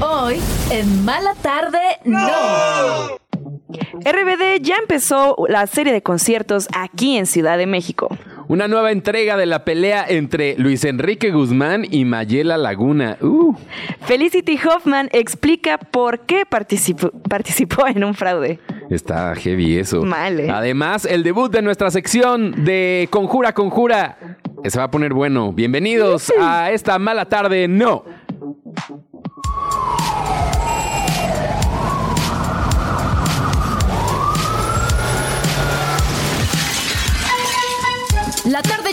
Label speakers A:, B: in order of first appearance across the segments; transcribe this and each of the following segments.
A: Hoy, en Mala Tarde, no.
B: RBD ya empezó la serie de conciertos aquí en Ciudad de México.
C: Una nueva entrega de la pelea entre Luis Enrique Guzmán y Mayela Laguna. Uh.
B: Felicity Hoffman explica por qué participó, participó en un fraude.
C: Está heavy eso.
B: Mal, ¿eh?
C: Además, el debut de nuestra sección de Conjura, Conjura. Se va a poner bueno. Bienvenidos a esta mala tarde. No.
A: La tarde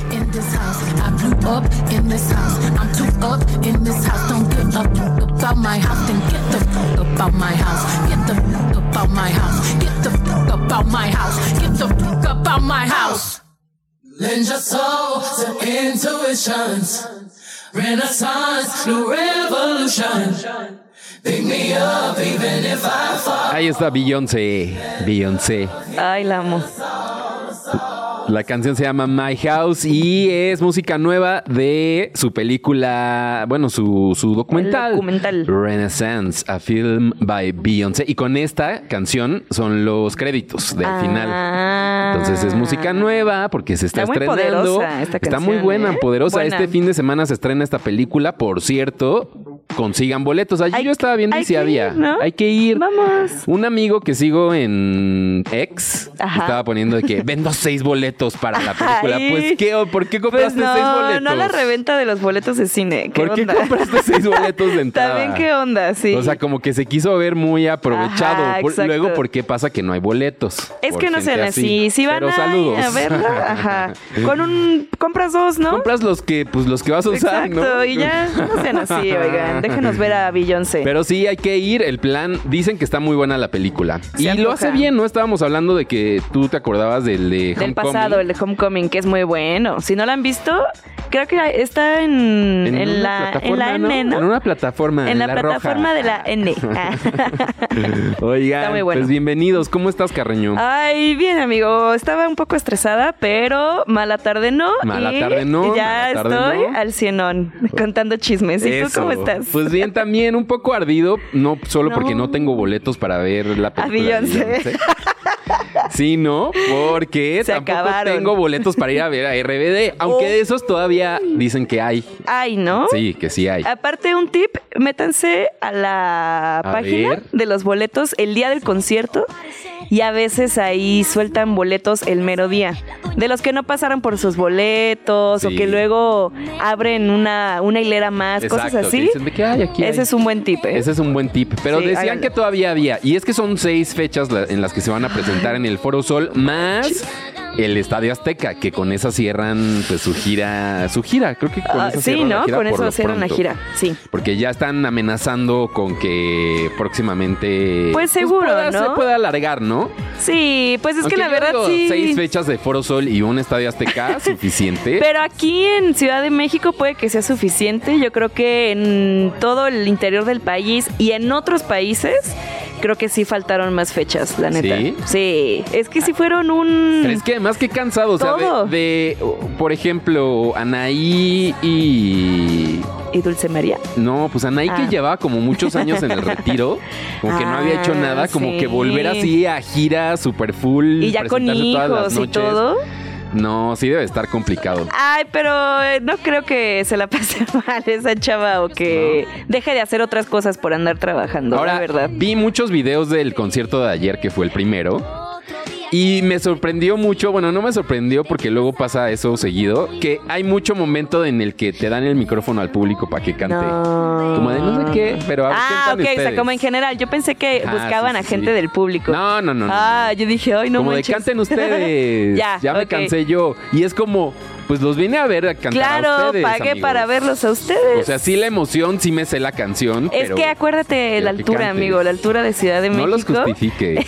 D: up in this house. I blew up in this house. I'm too up in this house. Don't get up about my house. Then get the fuck about my house. Get the fuck about my house. Get the fuck about my house. Get the fuck about my house. Lend your soul to intuitions. Renaissance, new revolution. Pick me up even if I fall.
C: Ahí está Beyoncé. Beyoncé.
B: Ay, la amo.
C: La canción se llama My House y es música nueva de su película, bueno, su, su
B: El
C: documental.
B: documental.
C: Renaissance, a film by Beyoncé. Y con esta canción son los créditos del final.
B: Ah.
C: Entonces es música nueva porque se está,
B: Está muy
C: estrenando.
B: poderosa esta
C: está muy
B: canción,
C: buena,
B: ¿eh?
C: poderosa.
B: Buena.
C: Este fin de semana se estrena esta película, por cierto. Consigan boletos. Allí
B: Hay-
C: yo estaba viendo
B: hay
C: y si
B: que
C: había.
B: ir, ¿no?
C: Hay que ir.
B: Vamos.
C: Un amigo que sigo en ex
B: Ajá.
C: estaba poniendo de que vendo seis boletos para la película.
B: Ay.
C: Pues qué, o ¿por qué
B: Pues
C: compraste
B: no,
C: seis boletos?
B: no la reventa de los boletos de cine. ¿Qué
C: ¿Por qué
B: onda?
C: compraste seis boletos de entrada?
B: También qué onda, sí.
C: O sea, como que se quiso ver muy aprovechado.
B: Ajá,
C: Por-
B: exacto.
C: luego, ¿por qué pasa que no hay boletos?
B: es
C: Por
B: que no
C: gente
B: sean así. Si van
C: Pero
B: a,
C: saludos.
B: a verla, ajá. Con un compras dos, ¿no?
C: Compras los que, pues, los que vas a usar,
B: Exacto,
C: ¿no?
B: y ya no sean así, oigan. Déjenos ver a Beyoncé.
C: Pero sí, hay que ir. El plan, dicen que está muy buena la película.
B: Se
C: y lo
B: antoja.
C: hace bien, ¿no? Estábamos hablando de que tú te acordabas del de Homecoming.
B: del pasado, el de Homecoming, que es muy bueno. Si no la han visto, creo que está en, en
C: una
B: la, en
C: plataforma,
B: la N,
C: ¿no?
B: ¿no?
C: En una plataforma.
B: En la, plataforma
C: roja.
B: de la N.
C: Oigan,
B: Está muy bueno. Ah,
C: pues bienvenidos. ¿Cómo estás, Carreño?
B: Ay, bien, amigo. Estaba un poco estresada, pero mala tarde no.
C: Mala
B: y
C: tarde no,
B: Ya
C: mala tarde
B: estoy
C: no.
B: al cienón contando chismes. ¿Y tú
C: Eso.
B: cómo estás?
C: Pues bien, también un poco ardido, no solo
B: No.
C: porque no tengo boletos para ver la película. de
B: Beyoncé.
C: Beyoncé. Sí, no, porque
B: Se
C: tampoco
B: acabaron.
C: tengo boletos para ir a ver a RBD, aunque
B: Oh.
C: de esos todavía dicen que hay.
B: Ay, ¿no? Ah,
C: Sí, que sí hay.
B: Aparte, un tip, métanse a la
C: A
B: página
C: ver.
B: de los boletos el día del concierto y a veces ahí sueltan boletos el mero día. De los que no pasaron por sus boletos
C: Sí.
B: o que luego abren una, una hilera más, pues, cosas
C: Exacto, que
B: así.
C: dicen de que, "Ay, aquí
B: Ese
C: hay".
B: es un buen tip, ¿eh?
C: Ese es un buen tip. Pero
B: Sí,
C: decían
B: háganlo.
C: que todavía había. Y es que son seis fechas la- en las que se van a presentar en el Foro Sol, más el Estadio Azteca, que con esa cierran pues, su gira. Su gira, creo que con
B: Ah,
C: esa
B: sí,
C: cierran la
B: ¿no?
C: gira
B: Con
C: por
B: eso
C: lo
B: hacer una
C: pronto.
B: gira, sí.
C: Porque ya están amenazando con que próximamente.
B: Pues seguro,
C: pueda-
B: ¿no?
C: Se puede alargar, ¿no?
B: Sí, pues es
C: Aunque
B: que la
C: yo
B: verdad
C: digo,
B: sí.
C: Seis fechas de Foro Sol y un Estadio Azteca, suficiente.
B: Pero aquí en Ciudad de México puede que sea suficiente. Yo creo que en todo el interior del país y en otros países, creo que sí faltaron más fechas, la neta.
C: ¿Sí?
B: Sí. Es que sí fueron un.
C: Pero es que además que cansado, o sea,
B: mm, Todo.
C: de, de, por ejemplo, Anaí y
B: ¿Y Dulce María?
C: No, pues Anaí
B: Ah.
C: que llevaba como muchos años en el retiro, como que no había hecho
B: Ah,
C: nada, como
B: sí.
C: que volver así a gira super full.
B: Y ya con
C: presentarse todas
B: hijos
C: las
B: y
C: noches.
B: todo.
C: No, sí debe estar complicado.
B: Ay, pero eh, no creo que se la pase mal esa chava o que deje de hacer otras cosas por andar trabajando,
C: Ahora,
B: la verdad.
C: vi muchos videos del concierto de ayer, que fue el primero. Y me sorprendió mucho, bueno, no me sorprendió porque luego pasa eso seguido, que hay mucho momento en el que te dan el micrófono al público para que cante.
B: No.
C: Como de no sé qué, pero a ver,
B: Ah,
C: cantan
B: ok, o sea,
C: ustedes.
B: como en general. Yo pensé que
C: Ah,
B: buscaban
C: sí,
B: a
C: sí,
B: gente
C: sí.
B: del público.
C: No, no, no. no,
B: Ah, yo dije, ay, no
C: como
B: manches".
C: de canten ustedes.
B: Ya,
C: ya, me
B: ok.
C: cansé yo. Y es como, pues los vine a ver a cantar a
B: Claro,
C: ustedes.
B: pagué
C: amigos.
B: para verlos a ustedes.
C: O sea, sí la emoción, sí me sé la canción.
B: es
C: pero
B: que acuérdate
C: pero
B: la
C: que
B: altura,
C: cantes.
B: amigo, la altura de Ciudad de
C: No los
B: México.
C: justifiques.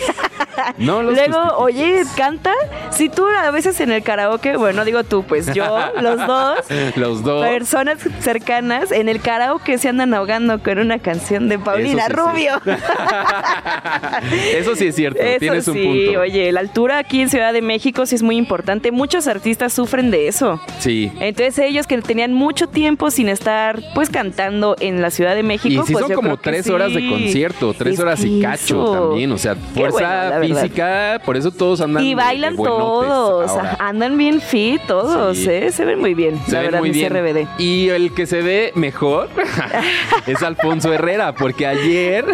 C: No los
B: Luego,
C: justifiques.
B: oye, canta, Si tú a veces en el karaoke, bueno, no digo tú, pues yo, los dos,
C: Los dos.
B: personas cercanas, en el karaoke se andan ahogando con una canción de Paulina
C: Eso sí es
B: Rubio.
C: cierto. Eso sí es cierto,
B: Eso
C: tienes un
B: sí,
C: punto.
B: oye, la altura aquí en Ciudad de México sí es muy importante. Muchos artistas sufren de eso.
C: Sí.
B: Entonces ellos que tenían mucho tiempo sin estar pues cantando en la Ciudad de México.
C: Y sí
B: pues,
C: son
B: yo
C: como
B: creo que
C: tres
B: sí.
C: horas de concierto, tres
B: Es
C: horas y
B: que
C: cacho
B: eso.
C: también, o sea,
B: bueno,
C: fuerza
B: la verdad.
C: física, por eso todos andan de-
B: Y
C: de
B: bailan
C: buenotes
B: todos,
C: ahora.
B: ajá, andan bien fit todos,
C: Sí.
B: ¿eh? se ven muy bien,
C: Se
B: la
C: ven
B: verdad,
C: muy
B: mis
C: bien.
B: RBD.
C: Y el que se ve mejor es Alfonso Herrera, porque ayer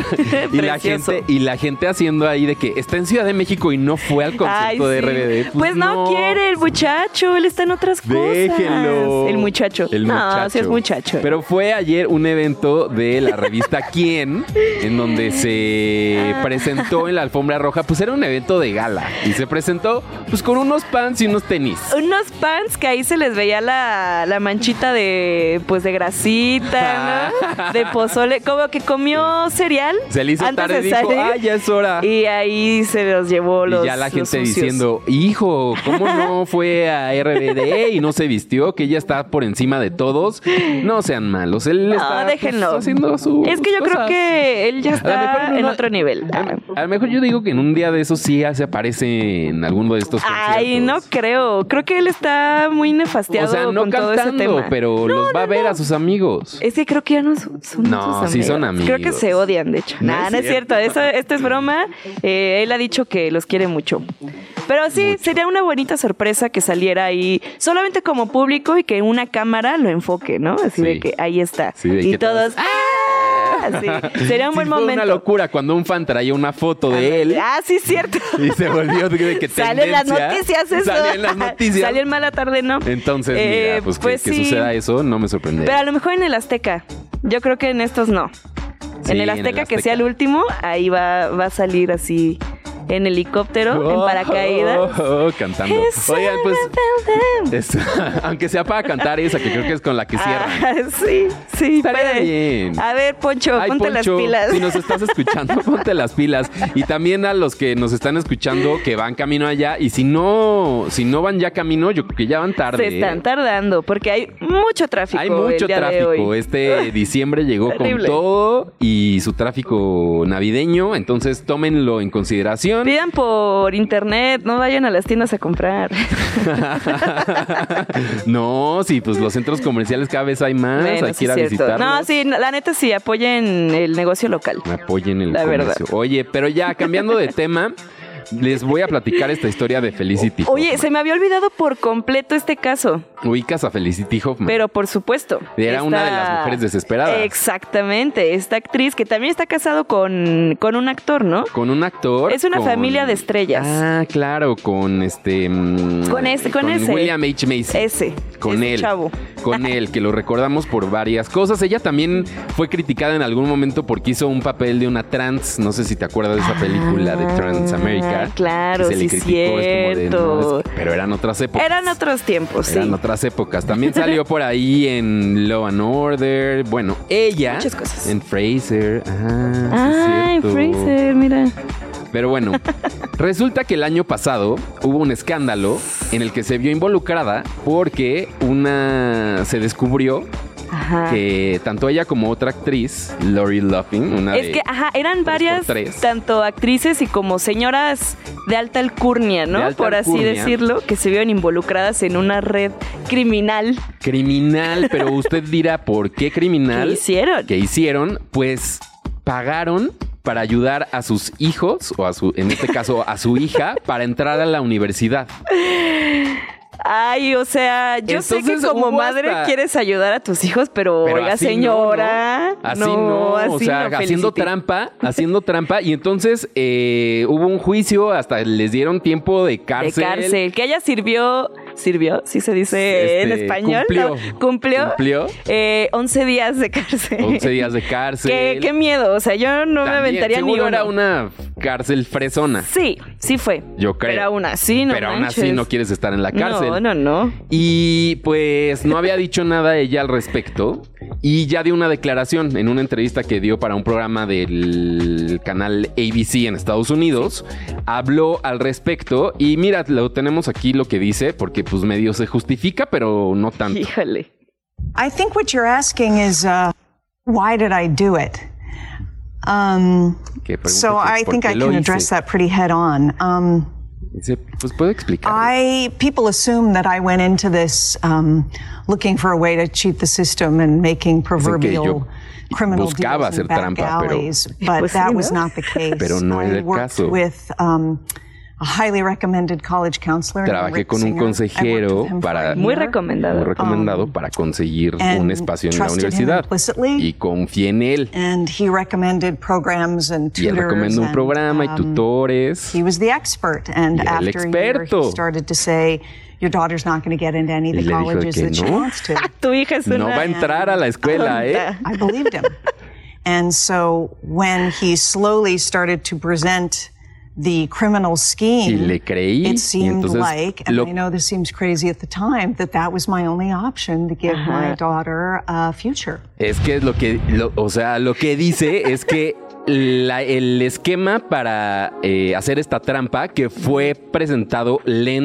C: y la
B: Precioso.
C: gente y la gente haciendo ahí de que está en Ciudad de México y no fue al
B: Ay,
C: concierto de
B: sí.
C: RBD.
B: Pues, no, quiere el muchacho, él está en otras
C: Déjenlo.
B: cosas. El muchacho.
C: El
B: No, sí es muchacho.
C: Pero fue ayer un evento de la revista Quién, en donde se
B: Ah.
C: presentó en la alfombra roja. Pues era un evento de gala. Y se presentó pues con unos pants y unos tenis.
B: unos pants que ahí se les veía la, la manchita de pues de grasita, ¿no? De pozole, como que comió cereal.
C: Ah. Se le hizo
B: antes
C: tarde y
B: de
C: dijo,
B: salir,
C: ah, ya es hora.
B: Y ahí se los llevó los
C: Y ya la
B: los
C: gente
B: sucios.
C: diciendo, hijo, ¿cómo no fue a RBD y no se vistió? Que ella está por encima de todos. No sean malos. Él
B: No,
C: está pues,
B: déjenlo.
C: haciendo su.
B: Es que yo creo que él ya
C: A lo mejor
B: está
C: en
B: en,
C: una-
B: otro nivel.
C: A lo mejor yo digo que en un día de esos sí se aparece en alguno de estos conciertos.
B: Ay, no creo. Creo que él está muy
C: O
B: nefasteado
C: sea, no
B: con todo ese
C: cantando,
B: tema.
C: pero los va a ver a sus amigos.
B: Es que creo que ya no son, son
C: No,
B: sus
C: sí son
B: Creo que
C: amigos.
B: se odian, de hecho.
C: No
B: No,
C: es
B: no es cierto. Eso, esto es broma. Eh, él ha dicho que los quiere mucho. Pero sí, sería una bonita sorpresa que saliera ahí solamente como público y que una cámara lo enfoque, ¿no? Así
C: Sí.
B: de que ahí está.
C: Sí, de
B: y
C: que
B: todos... ¡Ah! Sí. Sería un
C: Sí,
B: buen
C: fue
B: momento.
C: una locura cuando un fan traía una foto de él
B: Ah, sí, es cierto.
C: y se volvió de que
B: Salen las
C: tendencia.
B: noticias eso.
C: Salen las noticias.
B: Salió en mala tarde, ¿no?
C: Entonces,
B: Eh,
C: mira, pues, que-
B: pues
C: que,
B: sí.
C: suceda eso no me sorprende.
B: Pero a lo mejor en el Azteca. Yo creo que en estos no.
C: Sí,
B: en el Azteca, que sea el último, ahí va, va a salir así en helicóptero, en
C: Oh,
B: paracaídas.
C: oh, oh, cantando.
B: It's
C: Oigan, pues,
B: all about them.
C: es- aunque sea para cantar esa, que creo que es con la que cierra.
B: Ah, sí, sí,
C: Estaría
B: puede.
C: bien.
B: A ver, Poncho,
C: Ay,
B: ponte
C: Poncho,
B: las pilas.
C: Si nos estás escuchando, ponte las pilas. Y también a los que nos están escuchando que van camino allá. Y si no, si no van ya camino, yo creo que ya van tarde.
B: Se
C: ¿eh?
B: están tardando porque hay mucho tráfico.
C: Hay mucho
B: el día de
C: tráfico.
B: hoy. Ah,
C: Este diciembre llegó con
B: Terrible.
C: todo y su tráfico navideño. Entonces tómenlo en consideración.
B: Pidan por internet, no vayan a las tiendas a comprar.
C: no, sí, pues los centros comerciales cada vez hay más.
B: Bueno,
C: hay que
B: sí
C: ir
B: es
C: a
B: cierto.
C: visitarlos.
B: No, sí, la neta sí, apoyen el negocio local.
C: Apoyen el
B: La
C: comercio.
B: verdad.
C: Oye, pero ya cambiando de tema, les voy a platicar esta historia de Felicity.
B: Oye,
C: Hoffman.
B: se me había olvidado por completo este caso.
C: ubicas a Felicity Hoffman.
B: Pero por supuesto.
C: Era una de las mujeres desesperadas.
B: Exactamente. Esta actriz que también está casado con, con un actor, ¿no?
C: Con un actor.
B: Es una
C: con-
B: familia de estrellas.
C: Ah, claro, con este. mm,
B: Con ese- con ese.
C: William H. Macy.
B: Ese.
C: Con
B: ese
C: él.
B: chavo.
C: Con él, que lo recordamos por varias cosas. Ella también fue criticada en algún momento porque hizo un papel de una trans. No sé si te acuerdas de esa película de
B: Ah,
C: Trans America.
B: claro,
C: que se le
B: sí,
C: criticó, es como de,
B: cierto.
C: "No, es- pero eran otras épocas.
B: Eran otros tiempos, sí.
C: pues, Eran otras épocas. También salió por ahí en Law and Order. Bueno, ella.
B: Muchas cosas.
C: En Fraser. Ah,
B: Ay,
C: sí es cierto.
B: Fraser, mira.
C: Pero bueno, resulta que el año pasado hubo un escándalo en el que se vio involucrada porque una se descubrió
B: Ajá.
C: que tanto ella como otra actriz, Lori Loughlin, una
B: Es
C: de
B: que, ajá, eran varias,
C: por tres.
B: tanto actrices y como señoras de alta alcurnia, ¿no?
C: De alta
B: Por así
C: alcurnia.
B: decirlo, que se vieron involucradas en una red criminal.
C: criminal, pero usted dirá, ¿por qué
B: ¿Qué
C: criminal?
B: hicieron?
C: que hicieron, pues pagaron para ayudar a sus hijos, o a su, en este caso a su hija, para entrar a la universidad.
B: Ay, o sea, yo sé que
C: Entonces,
B: como
C: hubo
B: madre
C: hasta-
B: quieres ayudar a tus hijos, pero,
C: Pero
B: oiga,
C: así no,
B: señora.
C: ¿no? Así no, o
B: así
C: sea,
B: no,
C: haciendo
B: Felicity.
C: trampa, haciendo trampa. Y entonces eh, hubo un juicio, hasta les dieron tiempo de
B: De
C: cárcel.
B: cárcel. Que ella sirvió, sirvió, sí se dice en
C: Este,
B: español.
C: cumplió.
B: ¿no? Cumplió.
C: Cumplió.
B: eh, 11 días de cárcel.
C: 11 días de cárcel.
B: Qué, qué miedo, o sea, yo no me
C: También,
B: aventaría ni
C: seguro
B: uno.
C: era una cárcel fresona,
B: Sí, sí fue.
C: yo creo.
B: Pero aún así, no
C: Pero aún así
B: manches.
C: no quieres estar en la cárcel.
B: No, no, no.
C: Y pues no había dicho nada ella al respecto. Y ya dio una declaración en una entrevista que dio para un programa del canal ABC en Estados Unidos. Habló al respecto y mira, lo tenemos aquí lo que dice, porque pues medio se justifica, pero no tanto.
B: Híjole.
E: I think what you're asking is uh, why did I do it? Um,
C: Que pregunta
E: so
C: que
E: I
C: por
E: think
C: qué
E: I
C: lo
E: can
C: hice.
E: address that pretty head on. Um,
C: Dice, pues puedo explicar.
E: I people assume that I went into this um, looking for a way to cheat the system and making proverbial criminal
C: buscaba
E: deals in
C: hacer
E: back
C: trampa, pero-
E: alleys, but
B: Pues sí,
E: that
B: ¿no?
E: was not the case.
C: Pero no
E: I
C: era el
E: worked
C: caso.
E: with um, a highly recommended college counselor.
C: Trabajé
E: Rick
C: con un
E: Singer. I worked with
C: consejero
E: him for a
C: para
B: Muy
E: year.
B: recomendado.
C: muy recomendado para conseguir un
E: Um, and
C: espacio en la
E: trusted him
C: universidad
E: implicitly.
C: y confié en él
E: and he recommended programs and
C: y él
E: tutors.
C: recomienda un
E: and,
C: programa y
E: um,
C: tutores
E: He was the expert, and
C: Y era el
E: after a year, he
C: experto.
E: started to say, "Your daughter's not going to get into any of
C: Y
E: the
C: le dijo de
E: colleges
C: que
E: that she
C: no.
E: wants to."
B: Ah, Tu hija es una.
C: no va a entrar a la escuela eh
B: tonta.
E: I believed him, and so when he slowly started to present the criminal
C: y
E: scheme,
C: le creí
E: it
C: y
E: seemed
C: entonces
E: like, and
C: lo,
E: I know this seems crazy at the time, that that was my only option to give my daughter a future.
C: es que es lo que lo- o sea lo que dice es que la- el esquema para eh, hacer esta trampa que fue presentado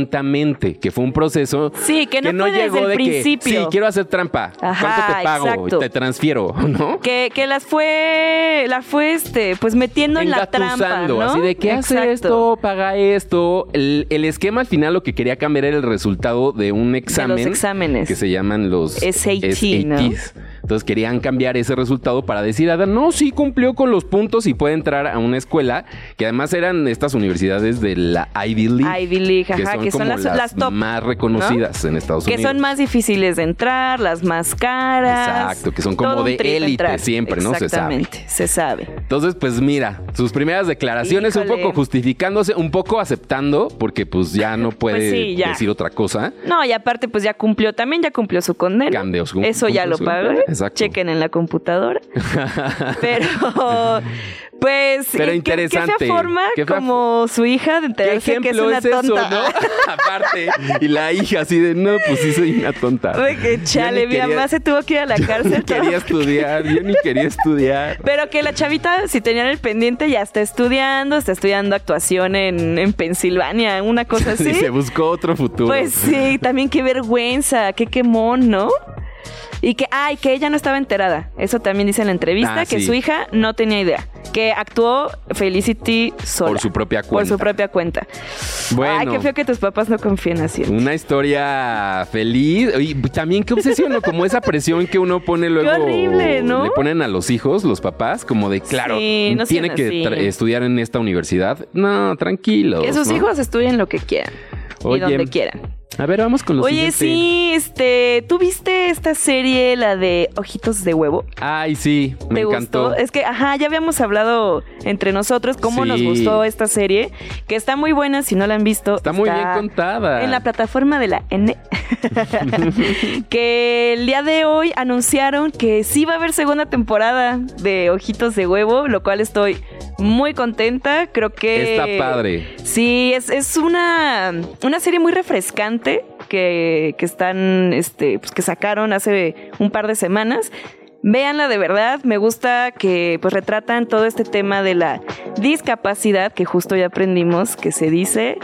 C: lentamente que fue un proceso
B: Sí, que no fue desde el principio.
C: sí quiero hacer trampa cuánto
B: Ajá,
C: te pago
B: exacto.
C: te transfiero no
B: Que, que las fue, la fue este, pues metiendo en la trampa,
C: engatusando,
B: ¿no?
C: así de que hace
B: Exacto.
C: esto, paga esto. El, el esquema al final lo que quería cambiar era el resultado de un examen.
B: exámenes.
C: Que se llaman los
B: SAT, ¿no?
C: SATs. Entonces querían cambiar ese resultado para decir, Ada, no, sí cumplió con los puntos y puede entrar a una escuela, que además eran estas universidades de la Ivy League.
B: Ivy League, ajá, que son
C: como
B: las- las top,
C: más
B: ¿no?
C: reconocidas en Estados
B: Que
C: Unidos.
B: son más difíciles de entrar, las más caras.
C: Exacto, que son como
B: Todo un
C: de
B: trip
C: élite
B: entrar.
C: siempre, ¿no? Se sabe.
B: Exactamente, se sabe.
C: Entonces, pues mira, sus primeras declaraciones un
B: Híjole.
C: poco justificándose, un poco aceptando, porque pues ya no puede
B: sí, ya.
C: decir otra cosa.
B: No, y aparte, pues ya cumplió también, ya cumplió su condena.
C: Cambió su-
B: Eso ya
C: cumplió
B: lo
C: su
B: pagó.
C: condena, exacto.
B: Chequen en la computadora. Pero, pues.
C: Pero
B: ¿qué- qué- Qué
C: interesante.
B: fea forma,
C: Qué fea
B: como su hija, de
C: ¿Qué
B: enterarse que es
C: ejemplo
B: una
C: es, eso,
B: tonta.
C: no? Aparte, y la hija así de, no, pues sí soy una tonta.
B: Ay, que chale,
C: Yo ni
B: mi
C: quería-
B: mamá se tuvo que ir a la
C: Yo ni
B: cárcel. todo
C: quería
B: porque-
C: estudiar, yo ni quería estudiar.
B: Pero que la chavita, si tenían el pendiente, ya está estudiando, está estudiando actuación en, en Pensilvania, una cosa así.
C: Y se buscó otro futuro.
B: Pues sí, también qué vergüenza, qué quemón, ¿no? Y que, ay, que ella no estaba enterada. Eso también dice en la entrevista,
C: Ah,
B: que
C: sí.
B: su hija no tenía idea. Que actuó Felicity sola.
C: Por su propia
B: Por su
C: cuenta.
B: propia cuenta.
C: bueno,
B: Ay, qué feo que tus papás no confíen así. en ti.
C: una historia feliz. Y también qué obsesión, ¿no? Como esa presión que uno pone luego.
B: horrible, ¿no?
C: Le ponen a los hijos, los papás, como de, claro,
B: Sí, no
C: tiene
B: sean
C: que
B: así.
C: tra- estudiar en esta universidad. No, tranquilo.
B: Que sus
C: ¿no?
B: hijos estudien lo que quieran.
C: Oye,
B: y donde quieran.
C: A ver, vamos con los
B: Oye, sí, este, ¿tú viste esta serie, la de Ojitos de Huevo?
C: Ay, sí, me
B: ¿Te
C: encantó.
B: gustó? Es que, ajá, ya habíamos hablado entre nosotros cómo nos
C: Sí.
B: gustó esta serie, que está muy buena si no la han visto.
C: Está muy bien contada.
B: En la plataforma de la N. que el día de hoy anunciaron que sí va a haber segunda temporada de Ojitos de Huevo, lo cual estoy muy contenta. Creo que.
C: Está padre.
B: Sí, es, es una, una serie muy refrescante que, que están, este, pues que sacaron hace un par de semanas. Véanla de verdad, me gusta que pues retratan todo este tema de la discapacidad que justo ya aprendimos que se dice.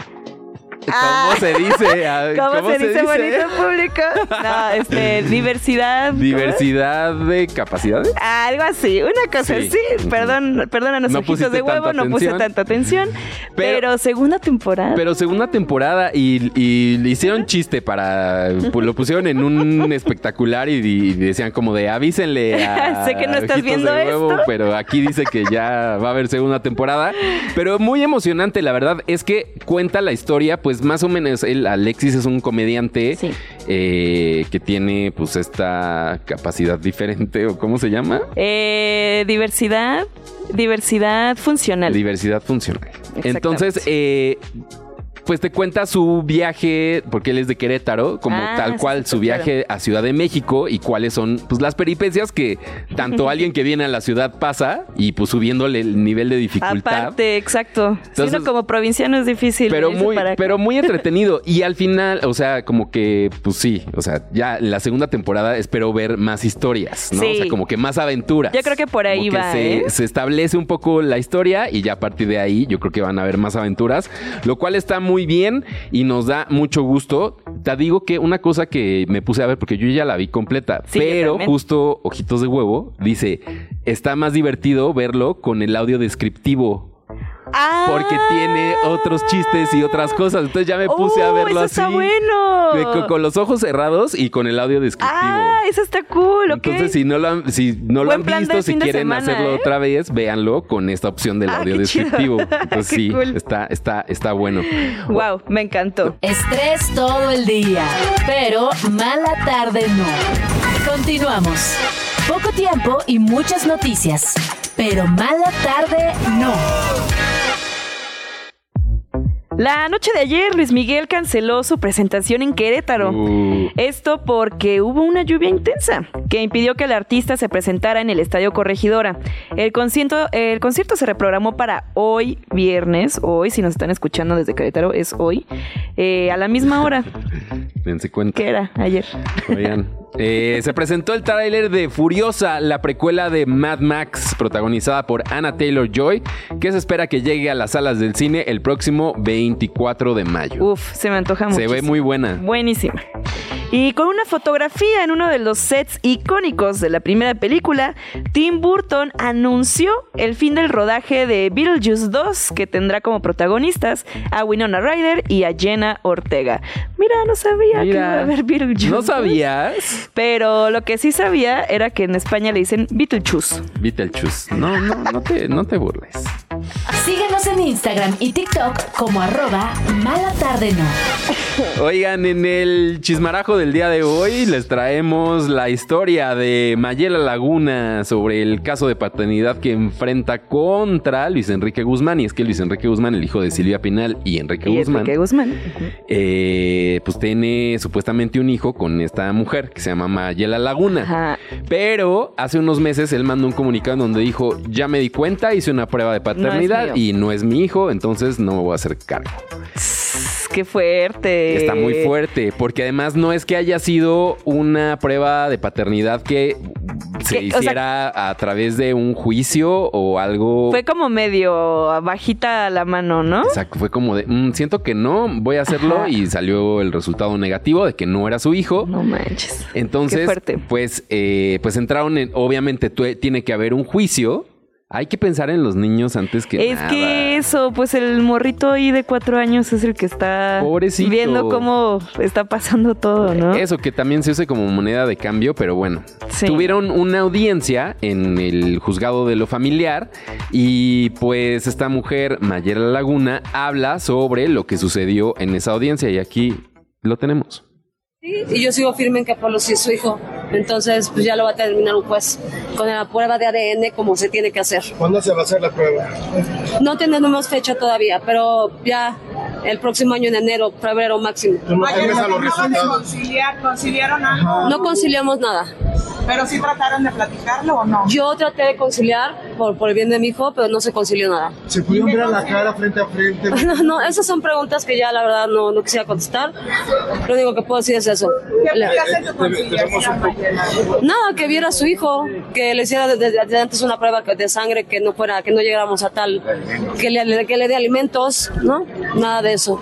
B: Ah,
C: ¿Cómo se dice? A ver,
B: ¿Cómo, se, dice, bonito público? No, este, diversidad. ¿cómo es?
C: Diversidad de capacidades.
B: Algo así, una cosa
C: Sí.
B: así. Perdón, perdónanos,
C: No
B: ojitos
C: pusiste
B: de huevo,
C: tanta
B: no puse
C: atención.
B: tanta atención. Pero, segunda temporada.
C: Pero segunda temporada y, y le hicieron chiste para. pues, Lo pusieron en un espectacular y, y decían como de avísenle a.
B: Sé que no estás
C: Ojitos de
B: viendo
C: Huevo",
B: esto.
C: Pero aquí dice que ya va a haber segunda temporada. Pero muy emocionante, la verdad, es que cuenta la historia, pues más o menos. El Alexis es un comediante
B: Sí.
C: eh, que tiene, pues, esta capacidad diferente, o ¿cómo se llama?
B: Eh, diversidad, diversidad funcional.
C: Diversidad funcional.
B: Exactamente.
C: Entonces, eh, pues te cuenta su viaje, porque él es de Querétaro, como
B: Ah,
C: tal
B: sí,
C: cual
B: sí,
C: su
B: claro.
C: viaje a Ciudad de México y cuáles son pues las peripecias que tanto alguien que viene a la ciudad pasa y pues subiéndole el nivel de dificultad.
B: Aparte, exacto. Si
C: Entonces-
B: uno como provinciano es difícil.
C: pero
B: irse
C: muy,
B: para-
C: pero muy entretenido. Y al final, o sea, como que, pues sí, o sea, ya en la segunda temporada espero ver más historias, ¿no? O
B: Sí.
C: sea, como que más aventuras.
B: Yo creo que por ahí
C: Como que
B: va,
C: Se,
B: ¿eh?
C: se establece un poco la historia y ya a partir de ahí yo creo que van a haber más aventuras, lo cual está muy bien y nos da mucho gusto. Te digo que una cosa que me puse a ver, porque yo ya la vi completa,
B: Sí, yo
C: pero
B: también.
C: justo Ojitos de Huevo dice, está más divertido verlo con el audio descriptivo
B: Ah.
C: porque tiene otros chistes y otras cosas. Entonces ya me puse a
B: ¡Oh,
C: verlo
B: eso
C: así.
B: está bueno!
C: de- con, con los ojos cerrados y con el audio descriptivo.
B: Ah, eso está cool, ok.
C: Entonces, si no lo han, si no lo
B: Buen
C: han
B: plan
C: visto,
B: de
C: si
B: fin de
C: quieren
B: semana,
C: hacerlo
B: ¿eh?
C: otra vez, véanlo con esta opción del
B: Ah,
C: audio
B: qué chido.
C: descriptivo. Entonces,
B: Qué
C: sí,
B: cool.
C: está, está, está bueno.
B: Wow, me encantó.
A: Estrés todo el día, pero mala tarde no. Continuamos. Poco tiempo y muchas noticias, pero mala tarde no.
B: La noche de ayer, Luis Miguel canceló su presentación en Querétaro.
C: Uh,
B: Esto porque hubo una lluvia intensa que impidió que el artista se presentara en el Estadio Corregidora. El concierto, el concierto se reprogramó para hoy, viernes, hoy, si nos están escuchando desde Querétaro, es hoy, eh, a la misma hora
C: dense cuenta.
B: que era ayer.
C: Oigan. Eh, se presentó el tráiler de Furiosa, la precuela de Mad Max, protagonizada por Anna Taylor Joy, que se espera que llegue a las salas del cine el próximo 24 de mayo.
B: Uf, se me antoja mucho.
C: se ve muy buena.
B: Buenísima. Y con una fotografía en uno de los sets icónicos de la primera película, Tim Burton anunció el fin del rodaje de Beetlejuice 2, que tendrá como protagonistas a Winona Ryder y a Jenna Ortega. Mira, no sabía que iba a haber Beetlejuice.
C: ¿No
B: 2,
C: sabías?
B: Pero lo que sí sabía era que en España le dicen Beetlejuice.
C: Beetlejuice. No, no, no te, no te burles.
A: Síguenos en Instagram y TikTok como arroba mala tarde no.
C: Oigan, en el chismarajo del día de hoy les traemos la historia de Mayela Laguna sobre el caso de paternidad que enfrenta contra Luis Enrique Guzmán. Y es que Luis Enrique Guzmán, el hijo de Silvia Pinal y Enrique
B: Y
C: Guzmán,
B: Enrique Guzmán.
C: eh, pues tiene supuestamente un hijo con esta mujer que se llama Mayela Laguna.
B: Ajá.
C: Pero hace unos meses él mandó un comunicado en donde dijo, ya me di cuenta, hice una prueba de paternidad
B: mío.
C: y no es mi hijo, entonces no me voy a hacer cargo.
B: Qué fuerte.
C: Está muy fuerte, porque además no es que haya sido una prueba de paternidad que se
B: Que, o sea-
C: hiciera a través de un juicio o algo...
B: Fue como medio bajita la mano, ¿no?
C: O sea, fue como de, "Mm, siento que no, voy a hacerlo
B: Ajá.
C: y salió el resultado negativo de que no era su hijo.
B: No manches. Qué
C: Entonces,
B: fuerte.
C: pues, eh, pues entraron en, obviamente tu- tiene que haber un juicio. Hay que pensar en los niños antes que
B: es
C: nada.
B: que eso, pues el morrito ahí de cuatro años es el que está
C: Pobrecito.
B: viendo cómo está pasando todo, ¿no?
C: Eso que también se usa como moneda de cambio, pero bueno.
B: Sí.
C: Tuvieron una audiencia en el juzgado de lo familiar y pues esta mujer, Mayera Laguna, habla sobre lo que sucedió en esa audiencia y aquí lo tenemos.
F: Sí, y yo sigo firme en que Apolo sí es su hijo. Entonces, pues ya lo va a terminar un juez con la prueba de ADN como se tiene que hacer.
G: ¿Cuándo se va a hacer la prueba?
F: No tenemos fecha todavía, pero ya el próximo año en enero, febrero máximo.
G: Tú no tengas a los
H: trataron de
G: resultados.
H: conciliar, conciliaron algo,
F: No conciliamos nada.
H: pero sí trataron de platicarlo o no.
F: Yo traté de conciliar por, por el bien de mi hijo, pero no se concilió nada.
G: Se pudieron ver a la cara frente a frente.
F: No, no, esas son preguntas que ya la verdad no, no quisiera contestar. Lo único que puedo decir es eso.
H: ¿Qué
F: La-
H: clase de conciliación, Mariela?
F: Nada, que viera a su hijo, que le hiciera desde desde antes una prueba que- de sangre que no fuera, que no llegáramos a tal, que le, que le dé alimentos, ¿no? Nada de eso.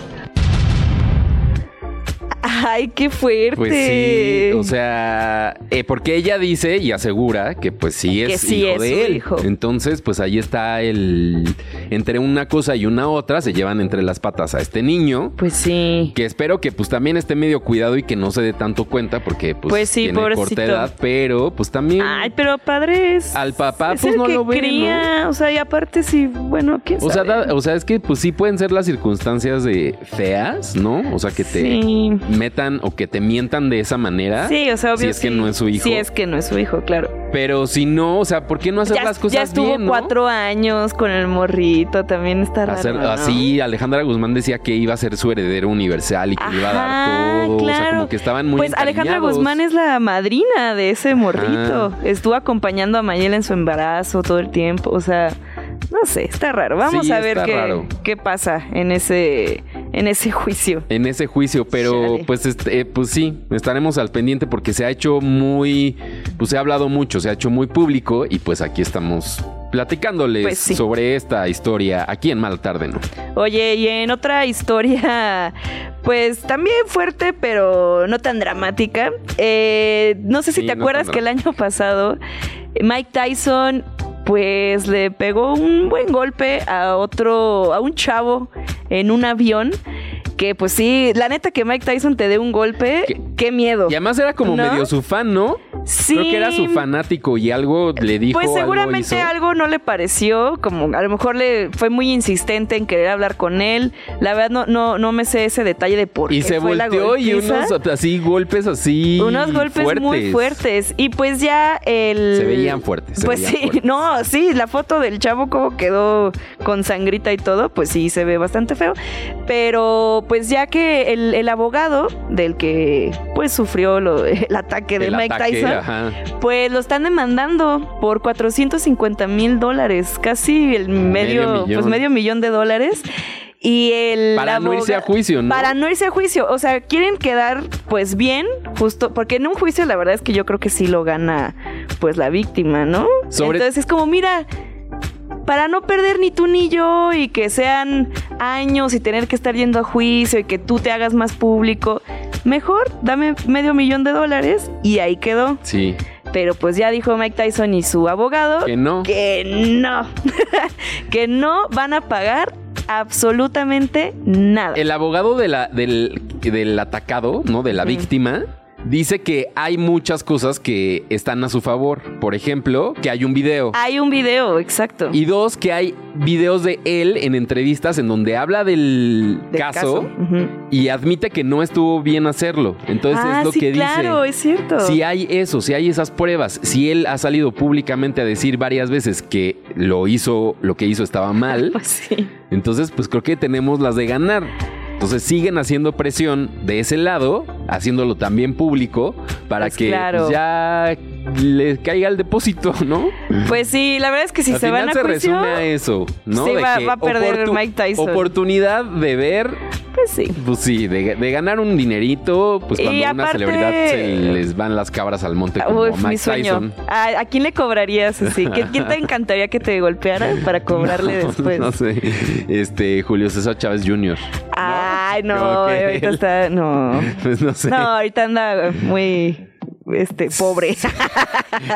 B: Ay, qué fuerte.
C: Pues sí, o sea, eh, porque ella dice y asegura que pues sí es
B: Que sí
C: hijo
B: es su
C: de él.
B: hijo.
C: Entonces, pues ahí está el entre una cosa y una otra se llevan entre las patas a este niño.
B: Pues sí.
C: Que espero que pues también esté medio cuidado y que no se dé tanto cuenta porque pues,
B: Pues sí,
C: tiene
B: pobrecito.
C: corta edad, pero pues también
B: Ay, pero padre es.
C: al papá
B: es
C: pues
B: el
C: no
B: que
C: lo ve, ¿no?
B: cría, o sea, y aparte sí, bueno, quién
C: O sea,
B: sabe?
C: da- o sea, es que pues sí pueden ser las circunstancias de feas, ¿no? O sea, que te
B: Sí.
C: metan o que te mientan de esa manera.
B: Sí, o sea, obvio.
C: Si es que
B: sí.
C: no es su hijo.
B: Si es que no es su hijo, claro.
C: Pero si no, o sea, ¿por qué no hacer
B: Ya,
C: las cosas
B: ya estuvo
C: bien, no?
B: cuatro años con el morrito, también está raro.
C: Hacer-
B: ¿no?
C: Así Alejandra Guzmán decía que iba a ser su heredero universal y que le iba a dar
B: Ajá,
C: todo. O sea,
B: claro.
C: como que estaban muy
B: Pues Alejandra
C: encariñados.
B: Guzmán es la madrina de ese morrito.
C: Ajá.
B: Estuvo acompañando a Mayela en su embarazo todo el tiempo. O sea, no sé, está raro. Vamos
C: Sí,
B: a ver
C: está
B: qué,
C: raro.
B: qué pasa en ese, en ese juicio.
C: en ese juicio, pero
B: Chale.
C: pues este, eh, pues sí, estaremos al pendiente porque se ha hecho muy, pues se ha hablado mucho, se ha hecho muy público y pues aquí estamos platicándoles
B: Pues sí.
C: sobre esta historia aquí en Mala Tarde, ¿no?
B: Oye, y en otra historia, pues también fuerte, pero no tan dramática. eh, no sé si
C: Sí,
B: te
C: no
B: acuerdas
C: tan
B: que el año pasado Mike Tyson, pues le pegó un buen golpe a otro, a un chavo en un avión. Que pues sí, la neta que Mike Tyson te dé un golpe,
C: ¿Qué?
B: qué, miedo.
C: Y además era como
B: ¿No?
C: medio su fan, ¿no?
B: sí,
C: Creo que era su fanático y algo le dijo.
B: pues seguramente
C: algo. hizo.
B: algo, no le pareció, como a lo mejor le fue muy insistente en querer hablar con él. La verdad no no no me sé ese detalle de por
C: Y
B: qué
C: se
B: fue la
C: volteó y
B: golpiza.
C: unos así golpes así.
B: unos golpes muy fuertes y pues ya el
C: Se veían fuertes. se
B: pues
C: veían
B: sí,
C: fuertes.
B: no, sí, la foto del chavo como quedó con sangrita y todo, pues sí, se ve bastante feo. Pero pues ya que el, el abogado del que pues sufrió lo- el ataque de
C: El
B: Mike
C: ataque,
B: Tyson,
C: ajá.
B: pues lo están demandando por 450 mil dólares, casi el medio,
C: Medio millón.
B: pues medio millón de dólares. Y el
C: Para no
B: aboga-
C: irse a juicio, ¿no?
B: Para no irse a juicio. O sea, quieren quedar pues bien, justo, porque en un juicio la verdad es que yo creo que sí lo gana pues la víctima, ¿no?
C: Sobre-
B: Entonces es como, mira, para no perder ni tú ni yo y que sean años y tener que estar yendo a juicio y que tú te hagas más público, mejor dame medio millón de dólares y ahí quedó.
C: Sí.
B: Pero pues ya dijo Mike Tyson y su abogado
C: Que no.
B: que no, que no van a pagar absolutamente nada.
C: El abogado de la- del, del atacado, ¿no? De la
B: Ujú.
C: víctima. Dice que hay muchas cosas que están a su favor. Por ejemplo, que hay un video.
B: Hay un video, exacto.
C: Y dos, que hay videos de él en entrevistas en donde habla del,
B: Del
C: caso,
B: Ujú.
C: y admite que no estuvo bien hacerlo. Entonces
B: ah,
C: es lo
B: sí,
C: que
B: claro,
C: dice. ah.
B: es cierto.
C: Si hay eso, si hay esas pruebas, si él ha salido públicamente a decir varias veces que lo hizo, lo que hizo estaba mal,
B: Pues sí.
C: entonces pues creo que tenemos las de ganar. Entonces siguen haciendo presión de ese lado, haciéndolo también público, para
B: Pues
C: que
B: claro.
C: pues, ya le caiga el depósito, ¿no?
B: Pues sí, la verdad es que si
C: Al
B: se
C: final
B: van a
C: se
B: juicio,
C: resume a eso, ¿no?
B: sí,
C: De
B: va-
C: que
B: va a perder
C: oportu-
B: Mike Tyson.
C: Oportunidad de ver,
B: pues sí.
C: pues sí, de, de ganar un dinerito, pues
B: Y
C: cuando a una
B: aparte- Ah,
C: celebridad se les van las cabras al monte como a
B: Uf,
C: Mike
B: mi sueño.
C: Tyson.
B: ¿A, a quién le cobrarías así? ¿Qui- ¿Quién te encantaría que te golpeara para cobrarle después?
C: No sé. Este, Julio César Chávez Jr.
B: Ay, no,
C: Creo que
B: ahorita
C: él-
B: está. No.
C: Pues no sé.
B: No, ahorita anda muy este pobre.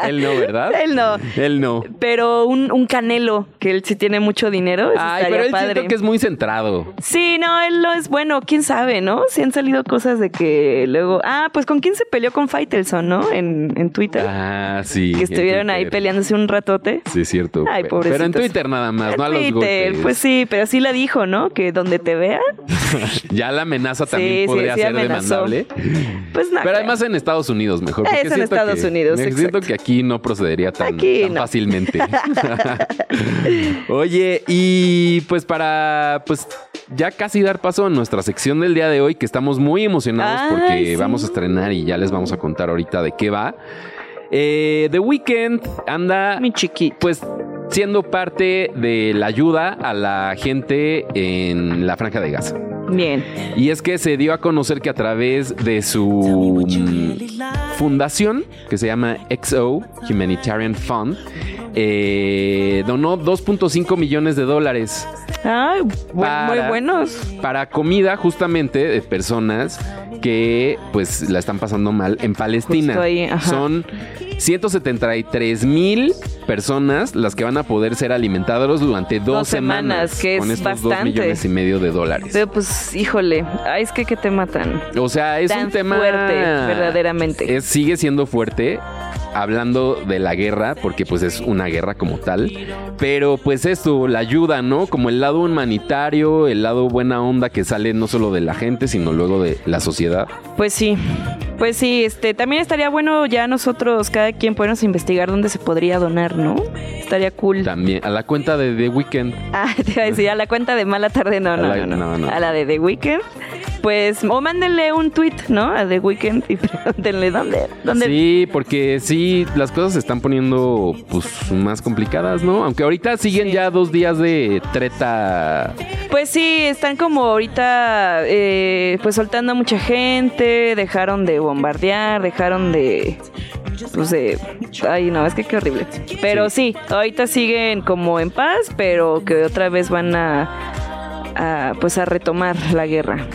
C: Él no, ¿verdad?
B: Él no.
C: Él no.
B: Pero un, un canelo, que él sí tiene mucho dinero, eso Pues
C: Ay,
B: estaría
C: pero él
B: padre.
C: siento que es muy centrado.
B: Sí, no, él no es bueno, quién sabe, ¿no? Si han salido cosas de que luego. Ah, pues con quién se peleó con Faitelson, ¿no? En, en Twitter.
C: Ah, sí.
B: ¿Eh? que
C: en
B: estuvieron ahí
C: Twitter.
B: peleándose un ratote.
C: Sí, es cierto.
B: Ay,
C: Pe- Pero en
B: pobrecitos.
C: Twitter nada más, no a los
B: Twitter,
C: golpes.
B: pues sí, pero sí la dijo, ¿no? Que donde te vea,
C: Ya la amenaza también
B: Sí, sí,
C: podría
B: sí
C: ser
B: amenazó.
C: demandable.
B: pues nada.
C: Pero además en Estados Unidos, mejor.
B: Es
C: porque
B: en
C: siento
B: Estados
C: que-
B: Unidos,
C: me Siento
B: exacto.
C: que aquí no procedería tan,
B: Aquí
C: tan
B: no.
C: fácilmente. Oye, y pues para, pues ya casi dar paso a nuestra sección del día de hoy, que estamos muy emocionados
B: Ay,
C: porque
B: sí.
C: vamos a estrenar y ya les vamos a contar ahorita de qué va. Eh, The Weeknd anda
B: mi chiquito.
C: pues siendo parte de la ayuda a la gente en la franja de Gaza.
B: Bien.
C: Y es que se dio a conocer que a través de su mm, fundación, que se llama XO Humanitarian Fund, eh, donó 2.5 millones de dólares
B: Ay, bu- muy
C: Para-
B: buenos.
C: para comida justamente de personas que pues la están pasando mal en Palestina.
B: Justo ahí, ajá.
C: Son 173 mil personas las que van a poder ser alimentadas durante dos,
B: Dos semanas, que es
C: con estos dos
B: bastante.
C: millones y medio de dólares.
B: Pero pues, híjole, ay, es que que te matan.
C: O sea, es
B: Tan
C: un tema
B: fuerte, verdaderamente.
C: es- sigue siendo fuerte, hablando de la guerra, porque pues es una guerra como tal. Pero pues esto, la ayuda, ¿no? Como el lado humanitario, el lado buena onda que sale no solo de la gente, sino luego de la sociedad.
B: Pues sí, pues sí, este, también estaría bueno ya nosotros, cada quien podemos investigar dónde se podría donar, ¿no? Estaría cool.
C: También a la cuenta de The Weeknd.
B: Ah, te iba a decir, a la cuenta de Mala Tarde, no,
C: A
B: no,
C: la-
B: no, no,
C: no, no.
B: A la de The Weeknd. Pues, o mándenle un tweet, ¿no? A The Weeknd y pregúntenle dónde, dónde.
C: Sí, porque sí, las cosas se están poniendo pues más complicadas, ¿no? Aunque ahorita siguen ya dos días de treta.
B: Pues sí, están como ahorita, eh, pues soltando a mucha gente, dejaron de bombardear, dejaron de, pues de, ay no, es que qué horrible. Pero sí, ahorita siguen como en paz, pero que otra vez van a, a, pues a retomar la guerra.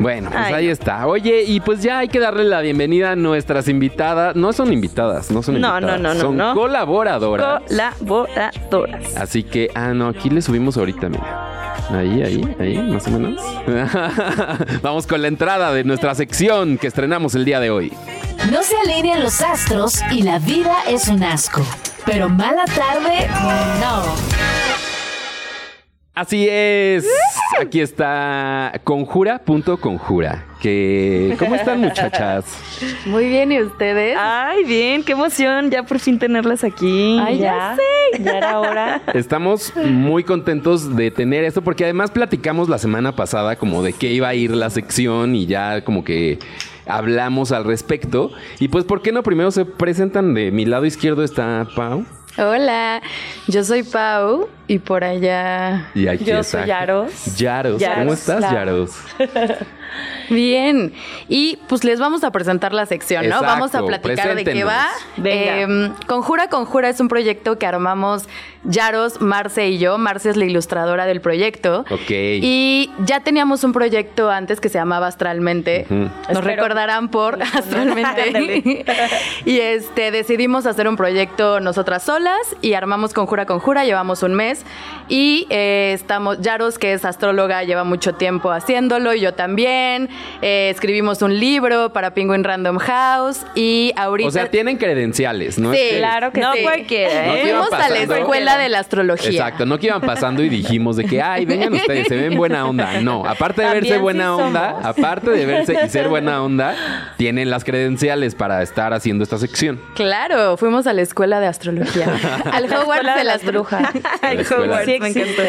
C: Bueno, pues
B: Ay,
C: ahí
B: no.
C: está. Oye, y pues ya hay que darle la bienvenida a nuestras invitadas. No son invitadas, no son
B: No,
C: invitadas.
B: no, no, no,
C: Son
B: no.
C: colaboradoras.
B: Colaboradoras.
C: Así que, ah, no, aquí le subimos ahorita, mira. Ahí, ahí, ahí, más o menos. Vamos con la entrada de nuestra sección que estrenamos el día de hoy.
A: No se alinean los astros y la vida es un asco. Pero mala tarde, no.
C: Así es. Aquí está conjura.conjura. Que, ¿Cómo están, muchachas?
I: Muy bien, ¿y ustedes?
B: Ay, bien, qué emoción, ya por fin tenerlas aquí.
I: Ay, ya
B: sé, ya era hora.
C: Estamos muy contentos de tener esto porque además platicamos la semana pasada como de qué iba a ir la sección y ya como que hablamos al respecto. Y pues, ¿por qué no primero se presentan? De mi lado izquierdo está Pau
I: Hola, yo soy Pau y por allá.
C: y aquí
B: Yo
C: está
B: soy Yaros.
C: Yaros. ¿Cómo
B: Yaros,
C: estás,
B: la-
C: Yaros?
I: Bien, y pues les vamos a presentar la sección, ¿no?
C: Exacto,
I: Vamos a platicar de qué va.
B: Venga.
I: Eh, Conjura Conjura es un proyecto que armamos Yaros, Marce y yo. Marce es la ilustradora del proyecto.
C: Ok.
I: Y ya teníamos un proyecto antes que se llamaba Astralmente.
C: Ujú.
I: Nos
B: Espero.
I: recordarán por Astralmente.
B: Ándale.
I: y este decidimos hacer un proyecto nosotras solas y armamos Conjura Conjura. Llevamos un mes y eh, estamos. Yaros, que es astróloga, lleva mucho tiempo haciéndolo y yo también. Eh, escribimos un libro para Penguin Random House y ahorita.
C: O sea, tienen credenciales, ¿no?
I: Sí,
C: Es que-
B: Claro que
I: No
B: sí.
I: cualquiera,
C: No, ¿eh? sí,
I: Fuimos a la
C: pasando.
I: escuela de la astrología.
C: Exacto, no que iban pasando y dijimos de que, ay, vengan ustedes, se ven buena onda. No, aparte de
B: También
C: verse
B: sí
C: buena
B: somos.
C: onda, aparte de verse y ser buena onda, tienen las credenciales para estar haciendo esta sección.
I: Claro, fuimos a la escuela de astrología. Al Hogwarts
B: Escuela
I: de las brujas.
B: Ay,
C: escuela.
B: Hogwarts,
C: Sí
B: me encantó.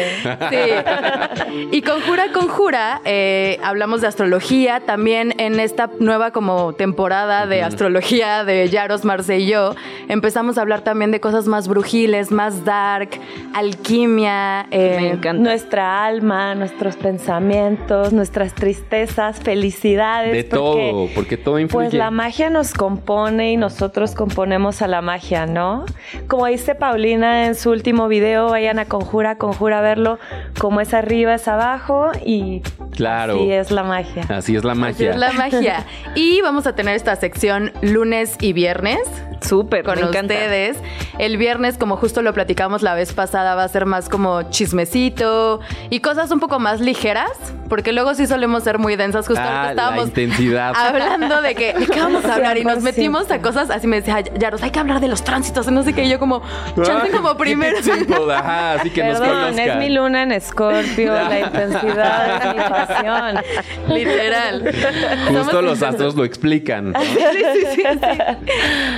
I: Sí. Y conjura, conjura, eh, hablamos de astrología también en esta nueva como temporada de astrología de Yaros, Marce y yo. Empezamos a hablar también de cosas más brujiles, más dark, alquimia. eh,
B: Me encanta.
J: Nuestra alma, nuestros pensamientos, nuestras tristezas, felicidades.
C: De
J: porque,
C: todo, porque todo influye.
J: Pues la magia nos compone y nosotros componemos a la magia, ¿no? Como dice Paulina en su último video, vayan a Conjura, Conjura a verlo, como es arriba es abajo y
C: Claro.
J: así es la magia.
C: Así es la
I: así
C: magia.
I: Es la magia. Y vamos a tener esta sección lunes y viernes.
B: Súper,
I: con
B: me encanta.
I: ustedes. El viernes, como justo lo platicamos la vez pasada, va a ser más como chismecito y cosas un poco más ligeras, porque luego sí solemos ser muy densas. Justo ahorita
C: Ah, la
I: estábamos
C: intensidad.
I: hablando de que, ¿de qué vamos a hablar? Y nos
J: 100%.
I: metimos a cosas, así me decía Yaros, hay que hablar de los tránsitos, no sé qué, y yo como,
C: Ah,
I: chance como primero.
C: Keep it simple, ajá, así que nos
J: Perdón,
C: conozcan.
J: es mi luna en Escorpio, la intensidad es mi pasión.
I: Literal.
C: Justo
I: Somos-
C: los astros lo explican.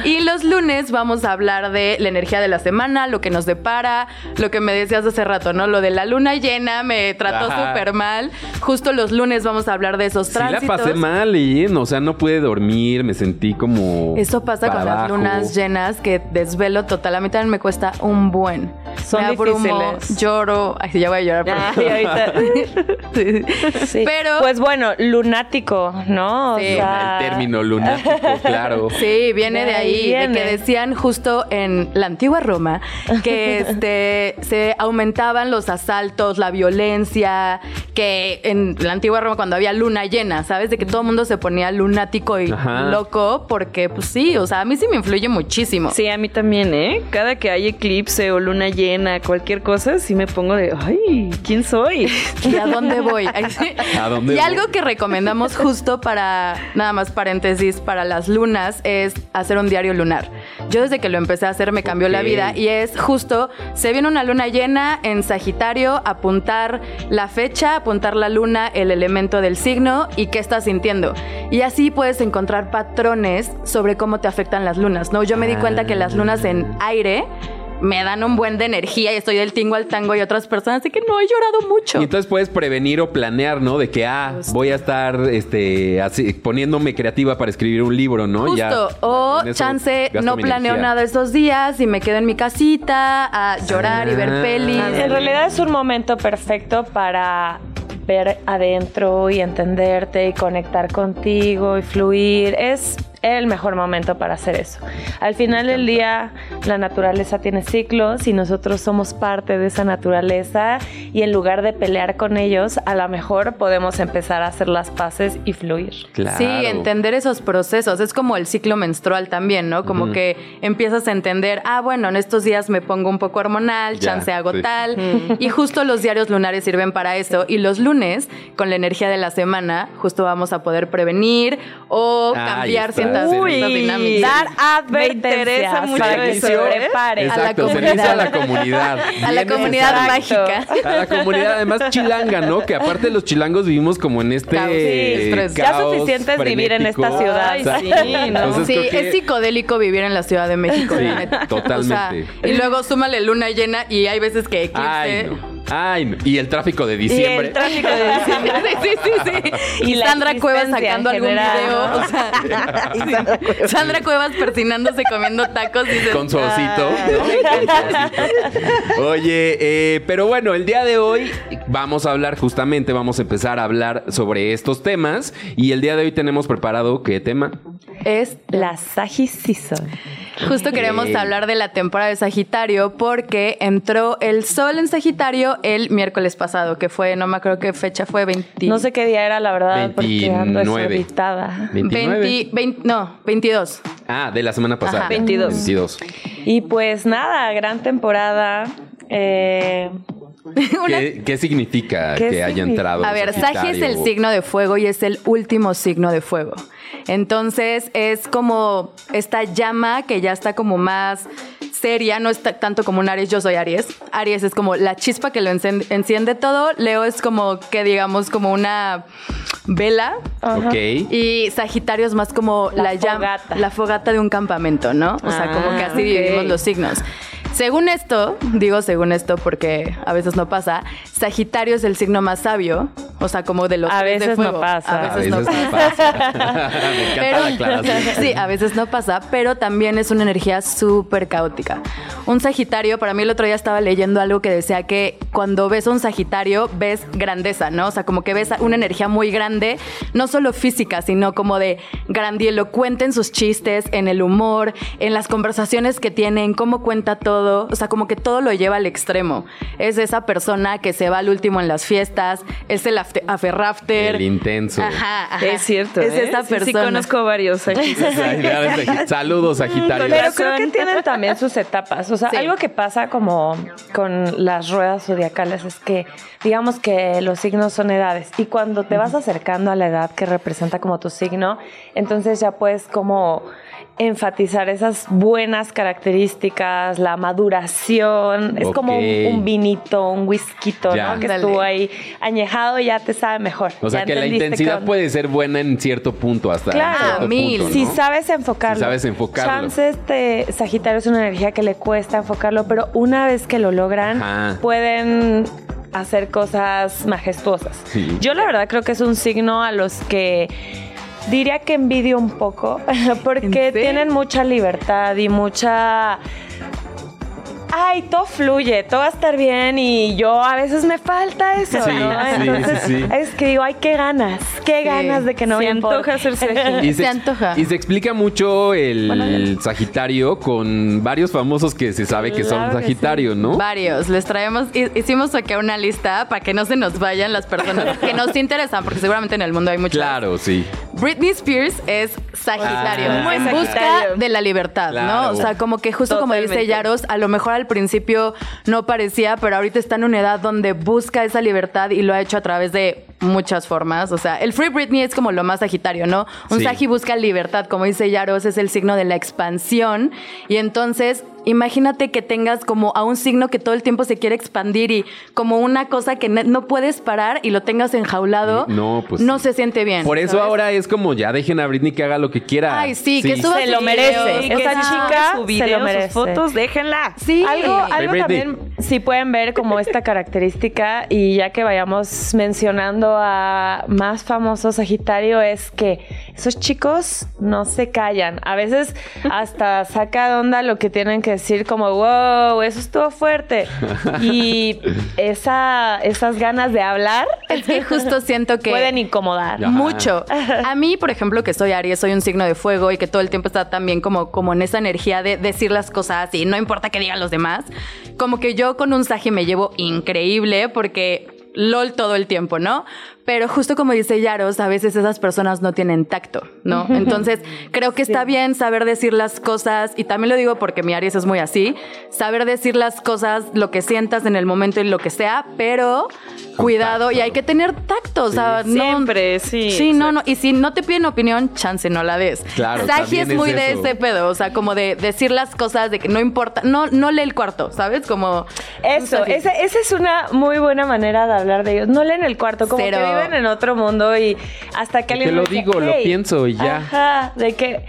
I: Y los lunes vamos a hablar de la energía de la semana, lo que nos depara, lo que me decías hace rato, ¿no? Lo de la luna llena me trató
C: Ajá.
I: súper mal. Justo los lunes vamos a hablar de esos
C: Sí la
I: tránsitos.
C: pasé mal, y, o sea, no pude dormir, me sentí como
I: Eso pasa
C: para
I: con las
C: abajo.
I: lunas llenas que desvelo total. A mí también me cuesta un buen.
J: Son
I: me abrumo,
J: difíciles.
I: lloro. Ay, sí, ya voy a llorar. perdón.
J: Ay, ahorita.
I: Sí.
J: Sí.
I: Pero-
J: Pues bueno, lunático, ¿no? O
I: Sí.
J: sea,
C: El término lunático, claro.
I: Sí, viene
J: De
I: de ahí,
J: ahí
I: de que
J: viene.
I: decían justo en la antigua Roma que este, se aumentaban los asaltos, la violencia, que en la antigua Roma cuando había luna llena, ¿sabes? De que todo el mundo se ponía lunático y
B: Ajá.
I: loco porque pues sí, o sea, a mí sí me influye muchísimo.
B: Sí, a mí también, ¿eh? Cada que hay eclipse o luna llena, cualquier cosa, sí me pongo de, ay, ¿quién soy?
I: ¿Y a dónde voy? Ay, sí.
B: ¿A
I: y algo que recomendamos justo para, nada más paréntesis, para las lunas es hacer un diario lunar. Yo desde que lo empecé a hacer me cambió la
K: Ok.
I: vida y es justo, se viene una luna llena en Sagitario, apuntar la fecha, apuntar la luna, el elemento del signo y qué estás sintiendo. Y así puedes encontrar patrones sobre cómo te afectan las lunas, ¿no? Yo me di cuenta que las lunas en aire... Me dan un buen de energía y estoy del tingo al tango y otras personas, así que no he llorado mucho.
C: Y entonces puedes prevenir o planear, ¿no? De que, ah, voy a estar este, así, poniéndome creativa para escribir un libro, ¿no?
I: Justo,
C: Ya,
I: o
C: en eso
I: chance,
C: gasto
I: no
C: mi
I: planeo
C: energía.
I: nada esos días y me quedo en mi casita a llorar y ver pelis.
B: Ah, En realidad es un momento perfecto para ver adentro y entenderte y conectar contigo y fluir. Es el mejor momento para hacer eso. Al final del día, la naturaleza tiene ciclos y nosotros somos parte de esa naturaleza y en lugar de pelear con ellos, a lo mejor podemos empezar a hacer las paces y fluir.
I: Sí, entender esos procesos. Es como el ciclo menstrual también, ¿no? Como
B: Ujú.
I: que empiezas a entender, ah, bueno, en estos días me pongo un poco hormonal,
B: Ya,
I: chance hago
B: sí.
I: tal.
B: Mm.
I: Y justo los diarios lunares sirven para eso. Y los lunes, con la energía de la semana, justo vamos a poder prevenir o
B: Ahí
I: cambiar
B: está,
I: ciertas,
B: Uy,
I: ciertas dinámicas.
B: dar advertencias Me interesa mucho para que eso, se ¿eh? prepare.
C: Exacto, se le dice a la comunidad.
I: A la
C: Viene-
I: comunidad
B: Exacto.
I: mágica.
C: A la comunidad, además chilanga, ¿no? Que aparte los chilangos vivimos como en este.
I: Caos, sí, estrés.
B: Ya suficiente es vivir en esta ciudad. Ay,
C: Exacto. Entonces
I: sí,
C: Pues creo que-
I: es psicodélico vivir en la Ciudad de México.
C: Sí,
I: la neta.
C: totalmente.
I: O sea, y luego súmale luna llena y hay veces que eclipse.
C: Ay, no. Ay, no. Y el tráfico de diciembre.
B: tráfico de diciembre.
I: sí, sí, sí, sí. Y, Sandra Cuevas sacando algún
B: general, ¿no?
I: video. O sea, sí. Sandra Cuevas persinándose comiendo tacos. Y
C: Con su osito, Oye, eh, pero bueno, el día de hoy vamos a hablar justamente, vamos a empezar a hablar sobre estos temas y el día de hoy tenemos preparado qué tema.
I: Es
B: la Sagi Season.
I: Justo queremos
C: Ok.
I: hablar de la temporada de Sagitario porque entró el sol en Sagitario el miércoles pasado, que fue, no me acuerdo qué fecha fue, 20.
B: No sé qué día era, la verdad, porque ando
C: 29.
B: desorbitada.
C: 29.
I: 20, 20 no, 22.
C: Ah, de la semana pasada.
B: Ajá. 22.
C: 22.
B: Y pues nada, gran temporada. Eh,
C: ¿Qué, qué significa
I: ¿Qué
C: que haya entrado?
I: A ver, Sagi es el
C: Sagitario?
I: signo de fuego y es el último signo de fuego. Entonces es como esta llama que ya está como más seria, no está tanto como un Aries, yo soy Aries. Aries es como la chispa que lo encen- enciende todo, Leo es como que digamos como una vela.
C: Ok.
I: Y Sagitario es más como la, llama, la fogata de un campamento, ¿no? O sea, como que
B: Ah,
I: así
B: ok.
I: dividimos los signos. Según esto, digo según esto porque a veces no pasa, Sagitario es el signo más sabio, o sea, como de los
B: a
I: tres de
B: veces no
I: fuego.
C: Ah,
B: pasa.
I: A veces, no pasa.
C: Me encanta la aclaración.
I: sí, a veces no pasa, pero también es una energía súper caótica. Un Sagitario, para mí el otro día estaba leyendo algo que decía que cuando ves a un Sagitario ves grandeza, ¿no? O sea, como que ves a- una energía muy grande, no solo física, sino como de grandielocuente en sus chistes, en el humor, en las conversaciones que tienen, cómo cuenta todo, o sea, como que todo lo lleva al extremo. Es esa persona que se va al último en las fiestas, es el afte- aferrafter.
C: El intenso.
I: Ajá, Ah, ajá.
B: Es cierto.
I: Es
B: ¿eh?
I: esta
B: Sí, Sí,
I: persona.
B: conozco varios aquí.
C: Saludos, Sagitario.
B: Pero creo que tienen también sus etapas. O sea, algo que pasa como con las ruedas zodiacales es que, digamos que los signos son edades. Y cuando te vas acercando a la edad que representa como tu signo, entonces ya puedes como enfatizar esas buenas características, la maduración. Es como un,
C: Ok.
B: un vinito, un whisky,
C: Ya.
B: ¿no? Que
C: Ándale.
B: estuvo ahí añejado y ya te sabe mejor.
C: O sea
B: Ya
C: que la
B: entendiste
C: intensidad
B: qué onda.
C: puede ser buena en cierto punto hasta.
B: Claro,
C: cierto punto, ¿no?
B: Si sabes enfocarlo.
C: Si sabes enfocarlo.
B: Chance este Sagitario es una energía que le cuesta enfocarlo, pero una vez que lo logran,
C: Ajá.
B: pueden hacer cosas majestuosas.
C: Sí.
B: Yo la verdad creo que es un signo a los que diría que envidio un poco, porque tienen mucha libertad y mucha ay, todo fluye, todo va a estar bien y yo a veces me falta eso.
C: Sí,
B: ¿no?
C: sí, sí,
B: Entonces,
C: sí.
B: Es que digo, ay, qué ganas, qué ganas de que no
I: Se
B: me
I: antoja
B: importe.
I: ser Sergio.
C: Y se, y se explica mucho el Sagitario con varios famosos que se sabe que
I: Claro
C: son
I: que sí.
C: Sagitario, ¿no?
I: Varios, les traemos, hi- hicimos acá una lista para que no se nos vayan las personas que nos interesan, porque seguramente en el mundo hay muchas.
C: Claro, sí.
I: Britney Spears es Sagitario,
C: Ah, muy
I: en
C: Sagitario.
I: busca de la libertad,
C: Claro.
I: ¿no? O sea, como que justo como dice
B: Totalmente.
I: Yaros, a lo mejor al principio no parecía, pero ahorita está en una edad donde busca esa libertad y lo ha hecho a través de muchas formas. O sea, el Free Britney es como lo más Sagitario, ¿no? Un
B: Sí.
I: Sagi busca libertad, como dice Yaros, es el signo de la expansión y entonces... Imagínate que tengas como a un signo que todo el tiempo se quiere expandir y como una cosa que ne- no puedes parar y lo tengas enjaulado,
C: No, pues
I: no
C: sí.
I: se siente bien.
C: Por eso
I: ¿sabes?
C: ahora es como ya dejen a Britney que haga lo que quiera.
I: Ay, sí, que suba
B: Se
I: sus
B: lo merece.
I: videos, que
B: Esta
I: suba
B: chica
I: su
B: se
I: video,
B: lo
I: sus
B: merece.
I: fotos,
B: déjenla. Sí. Algo,
I: Hey,
B: algo
I: Britney.
B: también, si pueden ver como esta característica y ya que vayamos mencionando a más famosos Sagitario, es que esos chicos no se callan. A veces hasta saca de onda lo que tienen que decir como, wow, eso estuvo fuerte. Y esa, esas ganas de hablar
I: Es que justo siento que
B: pueden incomodar.
I: Mucho. A mí, por ejemplo, que soy Aries, soy un signo de fuego y que todo el tiempo está también como, como en esa energía de decir las cosas y no importa que digan los demás. Como que yo con un Sagi me llevo increíble porque LOL todo el tiempo, ¿no? Pero justo como dice Yaros, a veces esas personas no tienen tacto, ¿no? Entonces, creo que está bien saber decir las cosas, y también lo digo porque mi Aries es muy así, saber decir las cosas, lo que sientas en el momento y lo que sea, pero cuidado, y hay que tener tacto, o sea, no,
B: Siempre, sí.
I: Sí, no, no. Y si no te piden opinión, chance, no la des.
B: Claro,
I: Sagi
B: también
I: es
B: es
I: muy de
B: eso.
I: ese pedo, o sea, como de decir las cosas de que no importa, no, no lee el cuarto, ¿sabes? Como
B: Eso, esa, esa es una muy buena manera de hablar de ellos. No leen el cuarto, como
I: Cero.
B: que viven en otro mundo y hasta que
C: Que
B: alguien
C: lo
B: les diga,
C: digo, lo
B: "Hey".
C: pienso y ya.
B: Ajá, de que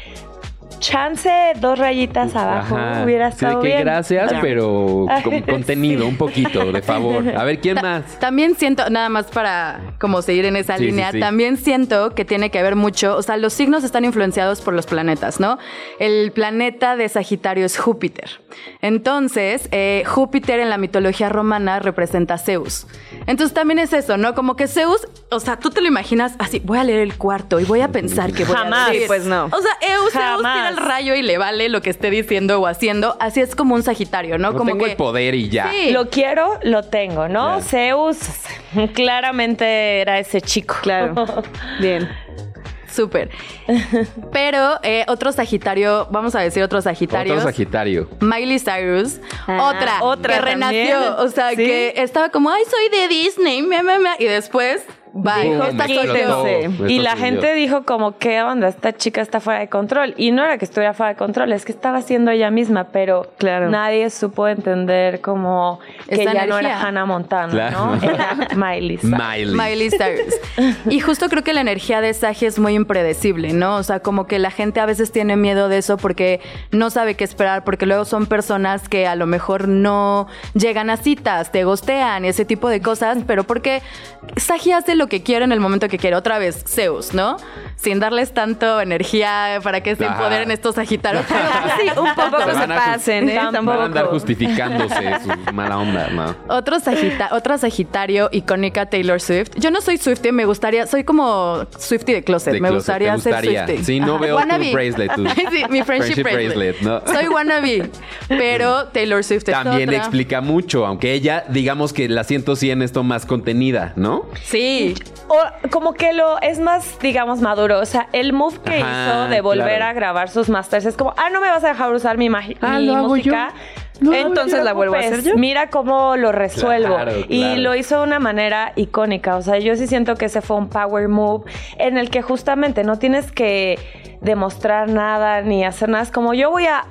B: chance dos rayitas abajo
C: Ajá.
B: hubiera
C: Sí, de
B: estado
C: que
B: bien.
C: gracias,
B: Ya.
C: pero con
B: Ay,
C: contenido un poquito, de favor. A ver, ¿quién
I: Ta-
C: más?
I: También siento, nada más para como seguir en esa
C: Sí, sí,
I: línea,
C: sí.
I: también siento que tiene que ver mucho, o sea, los signos están influenciados por los planetas, ¿no? El planeta de Sagitario es Júpiter. Entonces, eh, Júpiter en la mitología romana representa a Zeus. Entonces también es eso, ¿no? Como que Zeus, o sea, tú te lo imaginas así, voy a leer el cuarto y voy a pensar que voy
B: Jamás,
I: a decir.
B: pues no.
I: O sea, Eu- Zeus
B: Jamás.
I: tira el rayo y le vale lo que esté diciendo o haciendo. Así es como un Sagitario, ¿no?
C: No
I: como
C: tengo
I: que
C: el poder y ya.
B: Lo quiero, lo tengo, ¿no? Zeus claramente era ese chico. Claro.
I: Bien. Súper. Pero eh, otro Sagitario, vamos a decir otro Sagitario.
C: Otro Sagitario.
I: Miley Cyrus,
B: Ah,
I: otra,
B: otra
I: que
B: también.
I: renació, o sea,
B: Sí.
I: que estaba como, ay, soy de Disney, me, me, me", y después, bye,
B: Dijo,
I: está
B: "Quítense".
I: soltero.
B: Y la gente dijo como, ¿qué onda? Esta chica está fuera de control. Y no era que estuviera fuera de control, es que estaba siendo ella misma, pero nadie supo entender como que
I: Esta
B: ella no era
I: energía.
B: Hannah Montana,
C: Claro.
B: ¿no? Era Miley. Cyrus.
C: Miley.
I: Miley Cyrus. Y justo creo que la energía de Sagi es muy impredecible, ¿no? O sea, como que la gente a veces tiene miedo de eso porque no sabe qué esperar, porque luego son personas que a lo mejor no llegan a citas, te gostean, ese tipo de cosas, pero porque Sagi hace lo que quiere en el momento que quiere. Otra vez, Zeus, ¿no? Sin darles tanto energía para que se
C: Ajá.
I: empoderen estos Sagitarios. Pero
B: Sí, un poco
C: Van
B: se
C: a jus-
B: pasen, ¿eh?
C: Van a andar
B: Tampoco.
C: justificándose su mala onda, ¿no?
I: Otro sagita- otra Sagitario icónica Taylor Swift. Yo no soy Swiftie, me gustaría, soy como Swiftie de closet.
C: De
I: me
C: closet,
I: gustaría,
C: ¿te gustaría?
I: ser Swiftie.
C: Sí, no veo tu bracelet, tu
I: sí, mi friendship,
C: friendship
I: bracelet.
C: bracelet, ¿no?
I: Soy wannabe, pero Taylor Swift es
C: También
I: otra.
C: explica mucho, aunque ella, digamos que la 100 esto más contenida, ¿no?
I: Sí.
B: O como que lo es más, digamos, maduro. O sea, el move que
C: Ajá,
B: hizo de volver
C: claro.
B: a grabar sus masters es como, ah, no me vas a dejar usar mi, magi-
L: Ah,
B: mi
L: lo hago
B: música.
L: yo. No,
B: Entonces
L: no te
B: la vuelvo a hacer
L: preocupes.
B: yo. Mira cómo lo resuelvo.
L: Claro,
B: Y
L: claro.
B: lo hizo de una manera icónica. O sea, yo sí siento que ese fue un power move en el que justamente no tienes que demostrar nada ni hacer nada. Es como yo voy a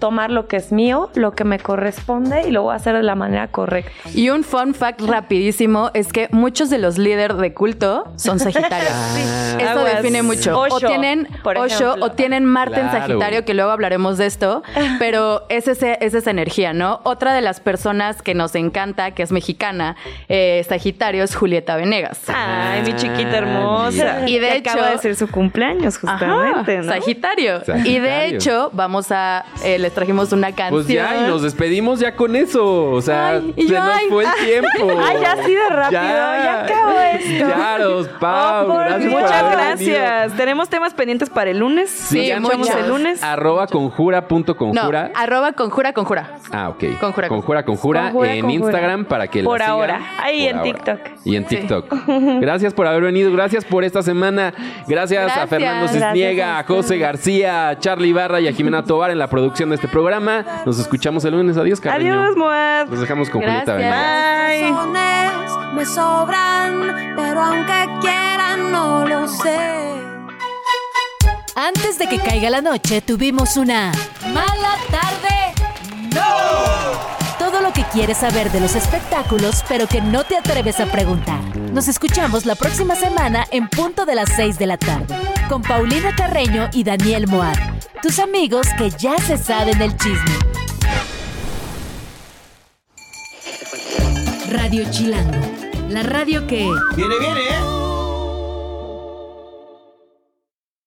B: tomar lo que es mío, lo que me corresponde y lo voy a hacer de la manera correcta.
I: Y un fun fact rapidísimo es que muchos de los líderes de culto son Sagitarios.
B: Sí.
I: Eso
B: Aguas.
I: define mucho. o
B: Osho,
I: tienen
B: por
I: Osho
B: ejemplo.
I: o tienen Marte en
B: Claro.
I: Sagitario, que luego hablaremos de esto, pero es, ese- es esa energía, ¿no? Otra de las personas que nos encanta, que es mexicana, eh, Sagitario, es Julieta Venegas.
B: Ay, mi chiquita hermosa.
I: Y de
B: Que
I: hecho...
B: acaba de ser su cumpleaños,
I: Ajá,
B: justamente, ¿no?
I: Sagitario. Y
B: Sagitario.
I: de hecho, vamos a, eh, les les trajimos una canción.
C: Pues ya, y nos despedimos ya con eso. O sea,
I: Ay, y
C: se
I: yo,
C: nos
I: ay.
C: fue el tiempo.
I: Ay, ya así de rápido,
J: ya acabó esto.
C: Yaros, Pau,
J: Oh, por
C: gracias por
B: Muchas
C: haber
B: gracias. Tenemos temas pendientes para el lunes.
C: venido.
B: Sí,
C: Síganos
B: muchos. el lunes.
C: Arroba conjura.conjura.
I: No, arroba conjura, conjura.
C: Ah, ok.
I: Conjura,
C: conjura, conjura
I: Conjura,
C: en
I: conjura.
C: Instagram para que
J: Por
C: la sigan.
J: ahora. Ahí
C: Por
J: en
C: ahora.
J: TikTok.
C: Y en TikTok. Gracias por haber venido, gracias por esta semana. Gracias, a
I: Gracias.
C: Fernando
J: Gracias
C: Cisniega,
J: a
C: a José García, a Charlie Barra y a Jimena Tobar en la producción de este programa. Nos escuchamos el lunes. Adiós, cariño. Pues,
B: Adiós, Moab.
C: Nos dejamos con Julieta
I: Gracias.
C: Venegas.
B: Bye.
D: Razones me sobran, pero aunque quieran no lo sé.
A: Antes de que caiga la noche tuvimos una mala tarde. No. Todo lo que quieres saber de los espectáculos, pero que no te atreves a preguntar. Nos escuchamos la próxima semana en punto de las 6 de la tarde con Paulina Carreño y Daniel Moab, tus amigos que ya se saben el chisme. Radio Chilango, la radio que
H: Viene, viene, ¿eh?